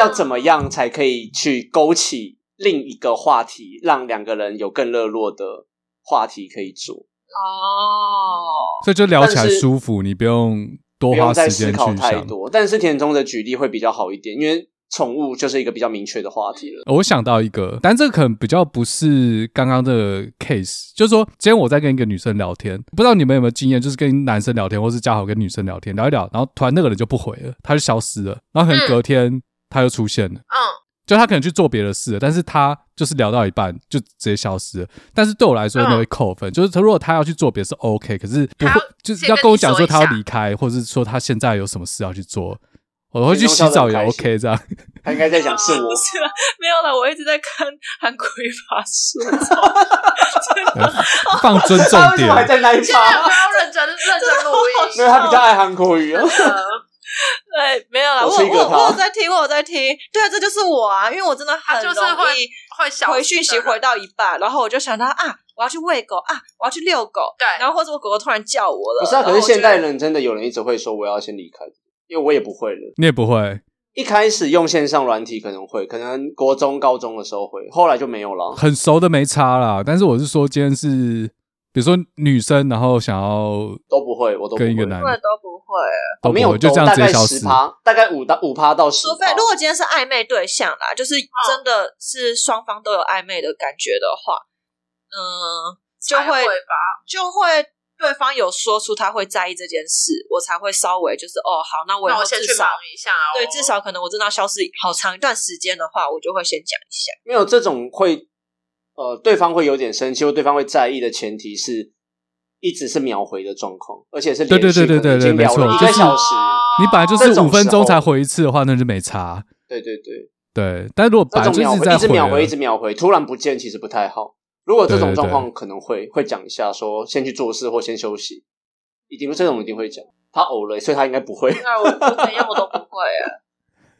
要怎么样才可以去勾起另一个话题，让两个人有更热络的话题可以做，？”哦，所以就聊起来但是舒服，你不用多不花用再时思间去考想。太多。但是田中的举例会比较好一点，因为宠物就是一个比较明确的话题了。呃我想到一个，但这个可能比较不是刚刚的 case，就是说，今天我在跟一个女生聊天，不知道你们有没有经验，就是跟男生聊天，或是加好跟女生聊天，聊一聊，然后突然那个人就不回了，他就消失了，然后可能隔天他又出现了，嗯就他可能去做别的事了，但是他就是聊到一半就直接消失了。但是对我来说，嗯那会扣分，就是他如果他要去做别的是 OK，可是不他会要就是先要跟跟我你讲说说一他要下离开，或者是说他现在有什么事要去做，我会去田中洗笑得澡也很开心 OK 这样。他应该在讲是我， 没有了，我一直在看韩国语法术，放尊重 他为什点么，还在那一现在有 趴？没有认真认真录 音？因为他比较爱韩国语哦。 对，没有了，我我是一个我他我有在听，我有在听，对啊，这就是我啊，因为我真的他很就是容会易会小回讯息回到一半，然后我就想到啊，我要去喂狗啊，我要去遛狗，对然后或者我狗狗突然叫我了，不是然啊，后可哦我是就现代人真的有人一直会说我要先离开，因为我也不会了。你也不会。一开始用线上软体可能会，可能国中、高中的时候会，后来就没有了。很熟的没差啦，但是我是说今天是比如说女生，然后想要都不会，我都不跟一个会男根本的，都不会。都不我哦没有会就都这样大直接概消十失。趴，大概五到五趴到十除非趴。如果今天是暧昧对象啦，就是真的是双方都有暧昧的感觉的话，嗯、就才会会吧。就会对方有说出他会在意这件事，我才会稍微就是哦好，那我以那后我先至去忙少一下哦。对至少可能我真的要消失好长一段时间的话，我就会先讲一下。没有这种会，呃，对方会有点生气或对方会在意的前提是，一直是秒回的状况，而且是连对对续对对可能已对经没聊了错一就个是小时，你本来就这是种五分钟时才候回一次的话，那就没差。对对对，对，但如果这本来种就秒是回在一直秒回回了一直秒回，突然不见其实不太好。如果这对种对状对况可能会会讲一下说先去做事或先休息，一定这种一定会讲。他偶了，所以他应该不会。对啊，我我怎样我都不会啊。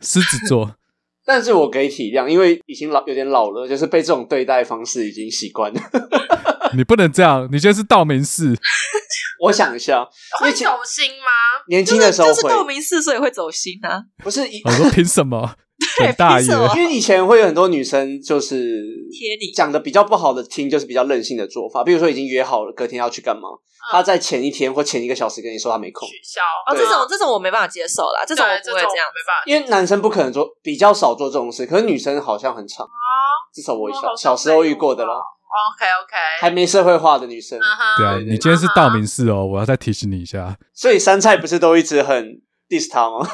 狮子座， 但是我可以体谅，因为已经老有点老了，就是被这种对待方式已经习惯了。 你不能这样，你现在是道明寺，我想一下，因会为其走心吗？年轻就的是时候就是会，透明四所以会走心啊。不是以我说凭什 么？很大爷凭，什么因为以前会有很多女生就是贴你讲的比较不好的听，就是比较任性的做法，比如说已经约好了隔天要去干嘛，嗯她在前一天或前一个小时跟你说她没空，取消哦，对啊这种这种我没办法接受啦，这这种我这不种会这样。没办法因为男生不可能做，比较少做这种事，可是女生好像很常，啊。至少我哦小好像小时候遇过的啦， OK OK，还没社会化的女生，嗯哼，对啊，对对你今天是道明寺哦，我要再提醒你一下。所以山菜不是都一直很 diss 她吗？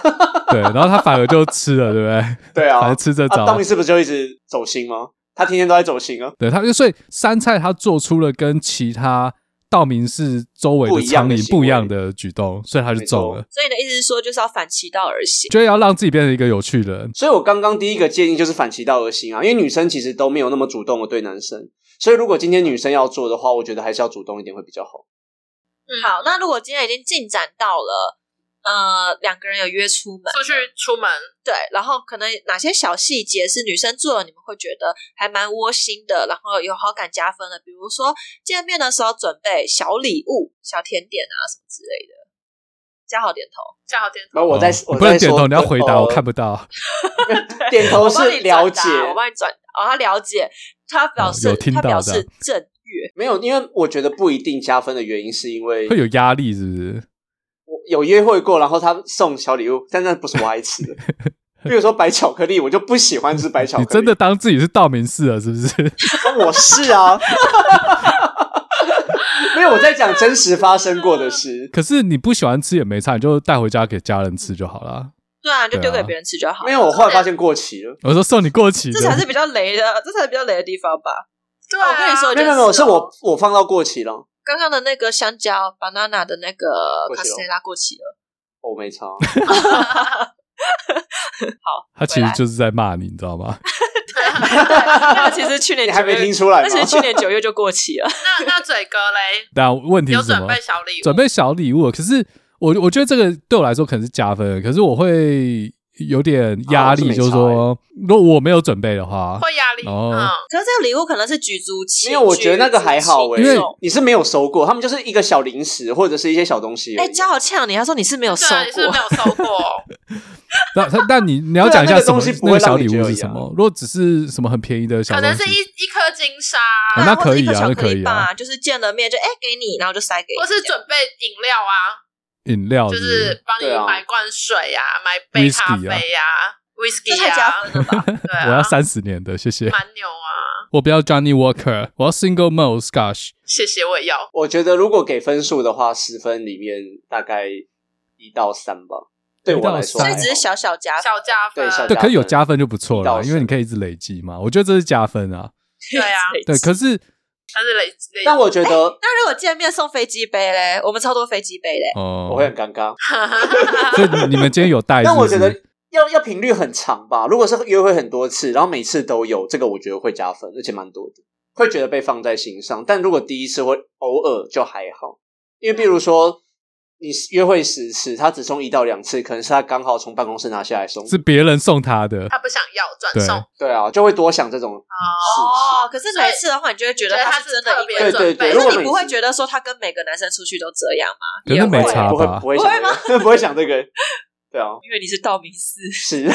对，然后他反而就吃了，对不对？对反啊正，吃这啊，道招明。寺不就一直走心吗？他天天都在走心啊，对，他就所以山菜他做出了跟其他道明寺周围不的一样苍的蝇行不一为样的举动，所以他就没中错了。所以你的意思是说，就是要反其道而行？就要让自己变成一个有趣的人。所以我刚刚第一个建议就是反其道而行啊，因为女生其实都没有那么主动的对男生，所以如果今天女生要做的话，我觉得还是要主动一点会比较好。嗯好，那如果今天已经进展到了，呃，两个人有约出门，出去出门对，然后可能哪些小细节是女生做了，你们会觉得还蛮窝心的，然后有好感加分的，比如说见面的时候准备小礼物、小甜点啊什么之类的。加好点头，叫好电然后我在、哦我你不能在点头，说，你要回答，呃我看不到。点头我帮是你转了解达，我帮你转达。哦，他了解，他表示、哦有听他到表这示样正月，没有，因为我觉得不一定加分的原因是因为会有压力是不是？我有约会过，然后他送小礼物，但那不是我爱吃 的。比如说白巧克力，我就不喜欢吃白巧克你力。真的当自己是道明寺了是不 是？我是啊， 没有我在讲真实发生过的事。可是你不喜欢吃也没差，你就带回家给家人吃就好啦。对啊，就丢给对啊别人吃就好了。没有，我后来发现过期了。我说送你过期的，这才是比较雷的，这才是比较雷的地方吧。对我跟你说，没有没有没有，是我哦我放到过期了，刚刚的那个香蕉 banana 的那个过期卡了斯拉过期了，我哦没差。他其实就是在骂你，你知道吗？ 那 个其实去年你九还月没听出来那其？吗实去年九月就过期 了。那那嘴哥 嘞，但问题有是什准么？备小礼物，准备小礼物，可是我我觉得这个对我来说可能是加分的，可是我会有点压啊我是力，没就是说，如果我没有准备的话，会压力，哦嗯，可是这个礼物可能是举足轻，因为我觉得那个还好欸哎、诶、因为你是没有收过，他们就是一个小零食或者是一些小东西而哎，已。嘉豪呛你，他说你是没有收对啊，你是不是过没，有收过，那他那 你你要讲一对啊下那个什么东西不那会个让小你礼觉物得是一什样么？如果只是什么很便宜的 小可东能西是，一一颗金沙，哦那可以或者啊一颗巧克力那可以吧，啊就是见了面就哎、给你，然后就塞给你，或是准备饮料啊，饮料就是不是帮你对啊买罐水啊，买杯咖哦 Whisky 啊啡啊这，whisky 太加啊，分了吧？对我要啊，三十年的，谢谢。蛮牛啊，我不要 Johnny Walker，我要 Single Malt Scotch。谢谢，我也要。我觉得如果给分数的话，十分里面大概一到三吧， 对啊我来说所还以好。只是小小加分，小加分，对小对，加可以有分加分就不错一到了，十因为你可以一直累积嘛。我觉得这是加分啊。对 啊对，可是但是累累，但我觉得那如果见面送飞机杯嘞，我们超多飞机杯嘞，我会哦很，尴尬。所以你们今天 有带是但我不是？觉得要要频率很长吧。如果是约会很多次，然后每次都有，这个我觉得会加分，而且蛮多的，会觉得被放在心上。但如果第一次或偶尔就还好，因为比如说你约会十次，他只送一到两次，可能是他刚好从办公室拿下来送，是别人送他的，他不想要转对送对啊，就会多想这种哦，哦，可是每次的话，你就会觉得觉得他是是真的特因别为对对准备对可如是果你每不会次觉得说他跟每个男生出去都这样吗？可也是会没差不会吧不？会想那个 不会想这个，对啊，因为你是道明寺。是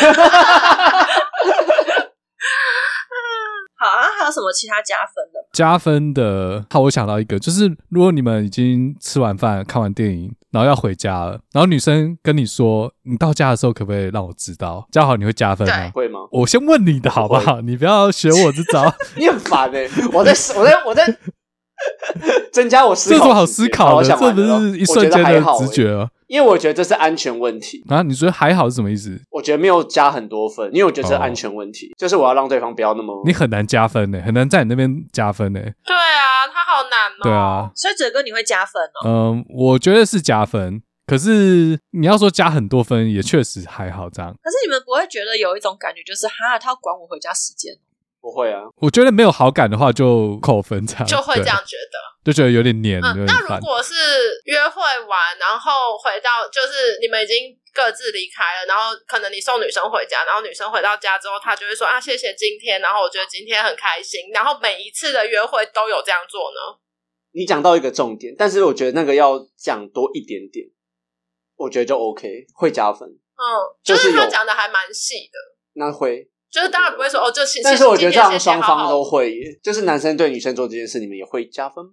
好啊，还有什么其他加分的？加分的，好，我想到一个，就是如果你们已经吃完饭、看完电影，然后要回家了，然后女生跟你说，你到家的时候可不可以让我知道？这样好，你会加分吗对？会吗？我先问你的好不好？你不要学我这招， 你很烦哎、我在我在我在增加我思考这时间，有什么好思考我的？想这完不了是一瞬间的直，觉啊！我觉得还好欸因为我觉得这是安全问题，啊，你觉得还好是什么意思？我觉得没有加很多分，因为我觉得这是哦安全问题，就是我要让对方不要那么你很难加分呢、很难在你那边加分嗯呢、对啊，他好难哦。对啊，所以哲哥你会加分哦，嗯，我觉得是加分，可是你要说加很多分，也确实还好这样。可是你们不会觉得有一种感觉，就是哈，他要管我回家时间，不会啊，我觉得没有好感的话就扣分这样，就会对这样，觉得。就觉得有点黏，有嗯，点那烦如。果是约会完，然后回到就是你们已经各自离开了，然后可能你送女生回家，然后女生回到家之后，她就会说啊谢谢今天，然后我觉得今天很开心，然后每一次的约会都有这样做呢？你讲到一个重点，但是我觉得那个要讲多一点点，我觉得就 OK，会加分，嗯，就就是有是他讲的还蛮细的，那会。就是当然不会说哦，就其实但是我觉得这样双方都都会耶，就是男生对女生做这件事，你们也会加分。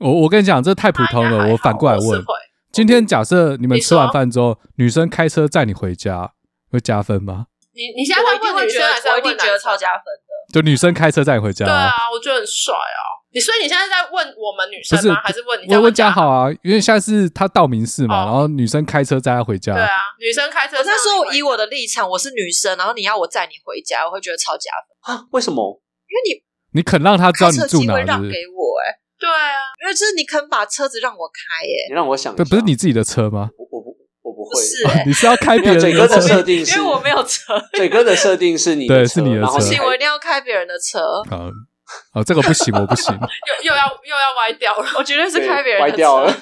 我我跟你讲，这太普通了。我反过来是问，会今天假设你们你吃完说饭之后，女生开车载你回家，会加分吗？你你现在我在一定问会女觉生得还是在我一问定男觉得生超加分。就女生开车载你回家、对啊，啊，我觉得很帅啊。你所以你现在在问我们女不生是吗？还是问你在我问嘉嘉豪？啊，因为下次他到民事嘛，哦然后女生开车载他回家，对啊，女生开车我上你在会。说，以我的立场，我是女生，然后你要我载你回家，我会觉得超加分，啊？为什么？因为你你肯让他知道开你车住机哪，会是让不是？给我、哎，对啊，因为就是你肯把车子让我开、哎，你让我想一下，不不是你自己的车吗？哦我我不我不不会。是、哎，你是要开没别有人嘴哥的的设车？定是因为我没有车，嘴哥的设定是你对的是你的然后不车你行，还我一定要开别人的车，啊啊，这个不行，我不行。又又要又要歪掉了。我绝对是对开别人歪的掉了车。。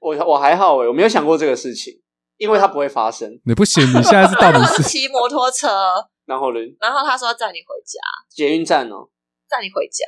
我我还好诶，欸我没有想过这个事情，因为它不会发生。你不行，你现在是到底我是是骑摩托车，然后呢，然后他说载你回家，捷运站哦，载你回家，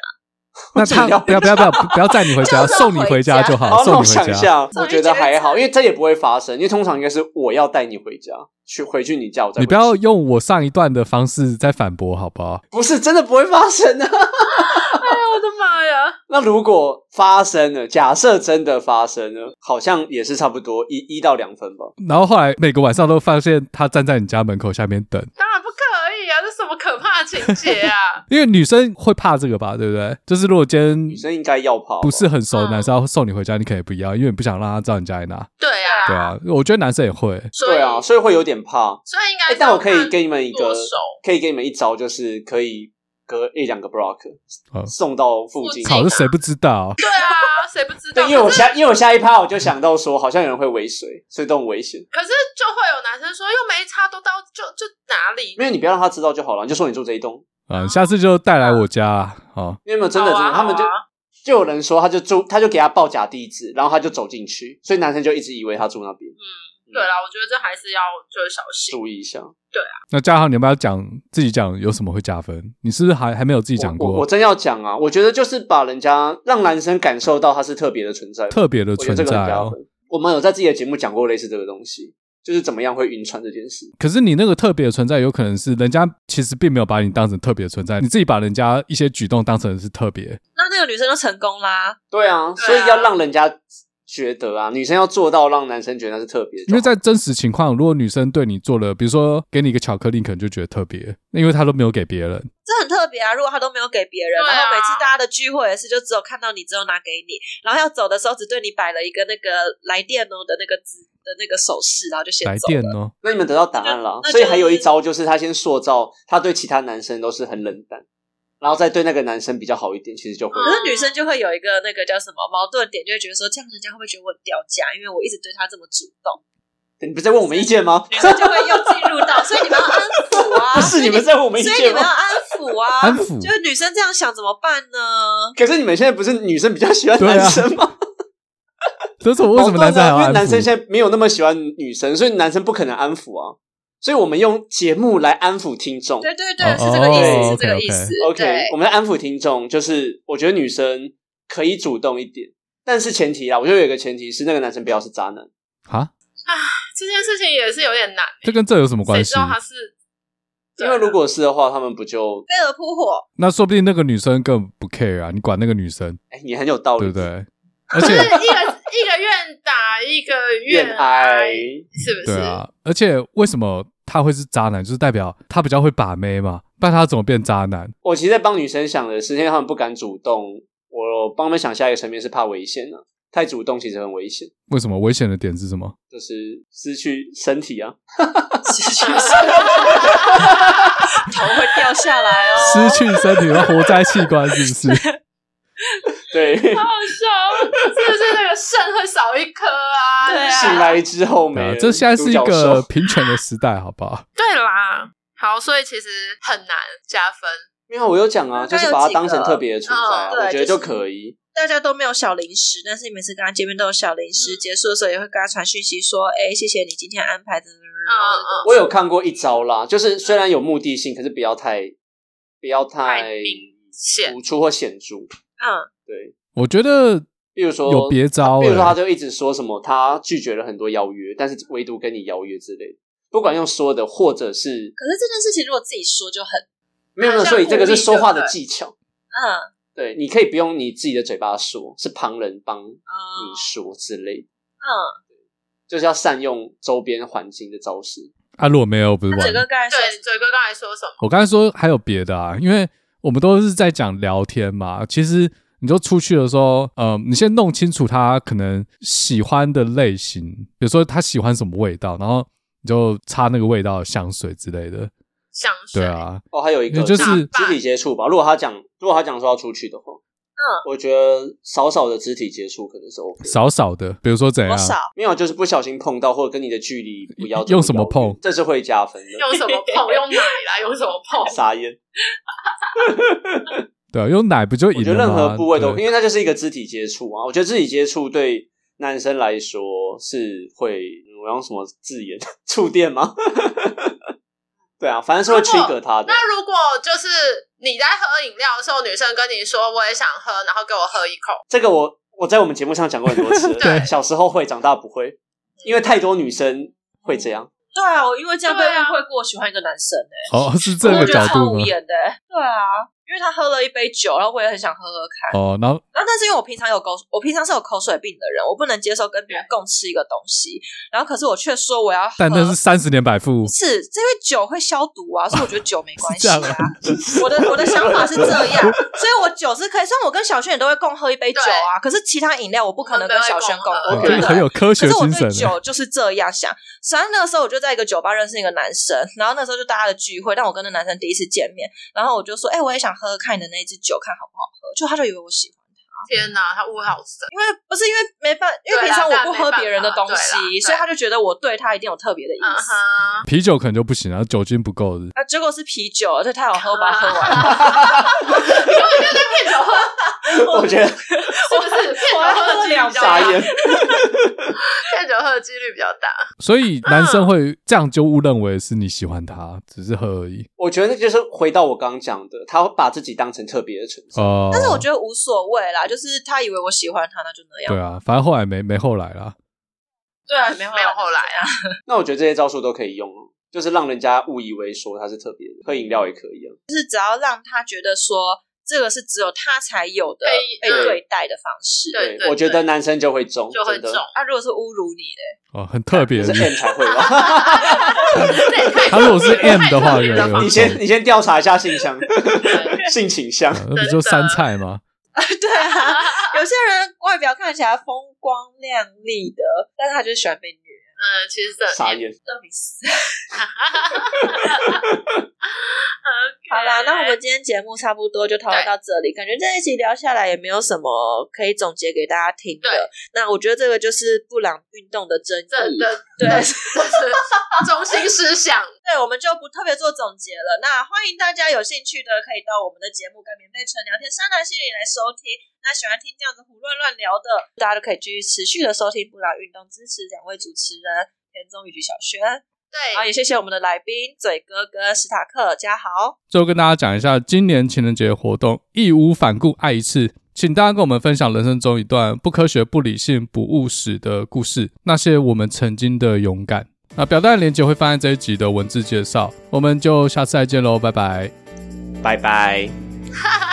那他我不要不要不要不要载你回 家，就是要送你回家就好，好，哦那哎送我你想回一家。下，我觉得还好，因为这也不会发生，因为通常应该是我要带你回家，去回去你家，我再回你去不要用我上一段的方式再反驳，好不好？不是真的不会发生的、啊。 哎呀，我的妈呀！那如果发生了，假设真的发生了，好像也是差不多一一到两分吧。然后后来每个晚上都发现他站在你家门口下面等，！当然不可以啊，这什么可怕的情节啊 因为女生会怕这个吧，对不对？就是如果今女天生应该要跑吧，不是很熟的嗯男生要送你回家，你可以不要，因为你不想让他知道你家在哪，对啊，对啊。我觉得男生也会，所以对啊，所以会有点怕。所以应哎该是要看、但我可以给你们一个剁手，可以给你们一招，就是可以隔一两个 block、哦送到附近。附靠，近这谁不知道？对啊，谁不知道？对，因为我可是下，因为我下一趴我就想到说，好像有人会尾随，所以这种危险。可是就会有男生说又没差，都到就就哪里？没有，你不要让他知道就好了，你就说你住这一栋。啊，下次就带来我家啊，哦，因为没有真的真好的，啊他们就好啊就有人说，他就住，他就给他报假地址，然后他就走进去，所以男生就一直以为他住那嗯边，对啦，我觉得这还是要就是小心。注意一下。那嘉豪，你要不要讲自己讲有什么会加分？你是不是还还没有自己讲我我我过真要讲啊，我觉得就是把人家让男生感受到他是特别的存在，特别的我觉存得这个很在加哦？分。我们有在自己的节目讲过类似这个东西，就是怎么样会晕船这件事。可是你那个特别的存在，有可能是人家其实并没有把你当成特别的存在，你自己把人家一些举动当成是特别。那那个女生就成功啦，对啊，所以要让人家觉得啊，女生要做到让男生觉得她是特别的就好，因为在真实情况，如果女生对你做了，比如说给你一个巧克力，你可能就觉得特别，因为她都没有给别 人。这很特别啊！如果他都没有给别人，对啊然后每次大家的聚会也是，就只有看到你，只有拿给你，然后要走的时候只对你摆了一个那个来电哦的那个字的那个手势，然后就先来走电了。哦，那你们得到答案了那，就所以还有一招就是他先塑造他对其他男生都是很冷淡，然后再对那个男生比较好一点，其实就会可是女生就会有一个那个叫什么矛盾点，就会觉得说这样人家会不会觉得我很掉价？因为我一直对他这么主动，你不是在问我们意见吗？ 女生就会又进入到，所以你们要安抚啊， 不是你们在问我们意所以你见们要吗？安抚啊，安抚就是女生这样想怎么办呢？可是你们现在不是女生比较喜欢对啊男生吗？这是我为什么男生还要矛盾啊因为安男生抚？现在没有那么喜欢女生，所以男生不可能安抚啊。所以我们用节目来安抚听众。对对哦对，是这个意思，哦是这个 OK，OK 意思。 OK，对我们来安抚听众，就是我觉得女生可以主动一点，但是前提啊，我觉得有一个前提是那个男生不要是渣男。啊，这件事情也是有点难，这跟这有什么谁关知系？道他是？对因为如果是的话，他们不就飞蛾扑火，那说不定那个女生根本不 care 啊，你管那个女生哎，你很有道理，对不？对？而且 就是一个一个愿打，一个恋愿爱挨，是不是？对啊，而且为什么他会是渣男？就是代表他比较会把妹嘛，不然他怎么变渣男？我其实在帮女生想的是，因为他们不敢主动，我帮他们想下一个层面是怕危险啊，太主动其实很危险，为什么危险的点是什么？就是失去身体啊。头会掉下来哦。失去身体和活摘器官是不是？对，好好笑哦，是不是那个肾会少一颗啊？对啊醒来之后没啊了，这现在是一独角个兽平权的时代，好不好？对啦，好，所以其实很难加分。因为我有讲啊，刚就刚是有把它几当成个特别的存在啊，嗯对我觉得就就是可以。大家都没有小零食，但是你每次跟他见面都有小零食，嗯结束的时候也会跟他传讯息说：“哎、谢谢你今天安排的。嗯嗯嗯，我有看过一招啦，就是虽然有目的性，可是不要太不要太太明显突出或显著。嗯，对，我觉得比如说有别招、欸，啊比如说他就一直说什么他拒绝了很多邀约，但是唯独跟你邀约之类的，不管用说的或者是可是这件事情如果自己说就很没有没有，像所以这个故意是说话对的不对技巧。嗯对，你可以不用你自己的嘴巴说，是旁人哦帮你啊说之类的，嗯，就是要善用周边环境的招式。啊，如果没有不是他整完了个刚才说对，嘴哥刚才说什么？我刚才说还有别的啊，因为我们都是在讲聊天嘛。其实你就出去的时候，呃，你先弄清楚他可能喜欢的类型，比如说他喜欢什么味道，然后你就擦那个味道的香水之类的。香水对，啊，哦，还有一个就是肢体接触吧。如果他讲，如果他讲说要出去的话，嗯，我觉得少少的肢体接触可能是 OK 的。少少的，比如说怎样多，少？没有啊就是不小心碰到，或者跟你的距离不要用什么碰这遥远这是会加分的。用什么碰？用奶啦？用什么碰？撒眼，对啊，用奶不就我赢觉得了任吗？何部位都，对因为那就是一个肢体接触啊。我觉得肢体接触对男生来说是会，我用什么字眼？触电吗？ 对啊，反正是会驱如隔他的。那如果就是你在喝饮料的时候，女生跟你说我也想喝，然后给我喝一口，这个我我在我们节目上讲过很多次了，对小时候会，长大不会，因为太多女生会这样。对啊，我因为这样被对啊误会过我喜欢一个男生哎、哦是这个我觉得角超度无吗？言的、欸。对啊，因为他喝了一杯酒，然后我也很想喝喝看。哦，然后然后，但是因为我平常有口，我平常是有口水病的人，我不能接受跟别人共吃一个东西。然后，可是我却说我要喝， 但那是三十年百富，是是因为酒会消毒啊，所以我觉得酒没关系 是这啊样。 我的我的想法是这样，所以我酒是可以，虽然我跟小轩也都会共喝一杯酒啊，可是其他饮料我不可能跟小轩共我喝，们哇都会对共不喝对啊很有科可学是我精对神欸。酒就是这样想，反正那个时候我就在一个酒吧认识一个男生，然后那时候就大家的聚会，但我跟那男生第一次见面，然后我就说，哎、我也想喝喝看你的那支酒，看好不好喝，就他就以为我喜欢，天哪，他误会好深。因为不是因为没办，因为对平啦常我但不没喝办别人的法东对啦西，对所以他就觉得我对他一定有特别的意嗯思。哼，啤酒可能就不行啊，酒精不够的。啊，结果是啤酒，而且他有喝，我把它喝完。 骗酒喝我觉得是不是？ 骗酒我要喝的喝几率两比较大撒，眼，骗酒喝的几率比较大。所以男生会这样就误认为是你喜欢他，只是喝而已。我觉得就是回到我刚刚讲的，他把自己当成特别的存在。哦，但是我觉得无所谓啦，就是他以为我喜欢他，那就那样。对啊，反正后来没没后来啦。对啊，没有没有后来啊。那我觉得这些招数都可以用哦，就是让人家误以为说他是特别的，喝饮料也可以啊。就是只要让他觉得说这个是只有他才有的被被嗯对待的方式。啊对我觉得男生就会中，就会真的中那、如果是侮辱你嘞，哦，很特别 是的。 M 才会吧？他如果是 M 的 话，有有你种先你先调查一下性向、对 性倾向。啊那不就山菜吗？对啊， 有些人外表看起来风光亮丽的，但是他就是喜欢被虐，嗯，其实这傻眼，到底是？ OK 好啦，那我们今天节目差不多就讨论到这里，感觉这一集聊下来也没有什么可以总结给大家听的对。那我觉得这个就是布朗运动的争这议，的对这是中心思想。对，我们就不特别做总结了。那欢迎大家有兴趣的，可以到我们的节目《跟棉被纯聊天山南心里》来收听。那喜欢听这样子胡乱乱聊的，大家都可以继续持续的收听不老运动，支持两位主持人田中以及小轩。然后 对，也谢谢我们的来宾嘴哥跟史塔克嘉豪。最后跟大家讲一下今年情人节活动“义无反顾爱一次”，请大家跟我们分享人生中一段不科学、不理性、不务实的故事，那些我们曾经的勇敢。那表单链接会放在这一集的文字介绍，我们就下次再见喽，拜拜。拜拜。哈哈。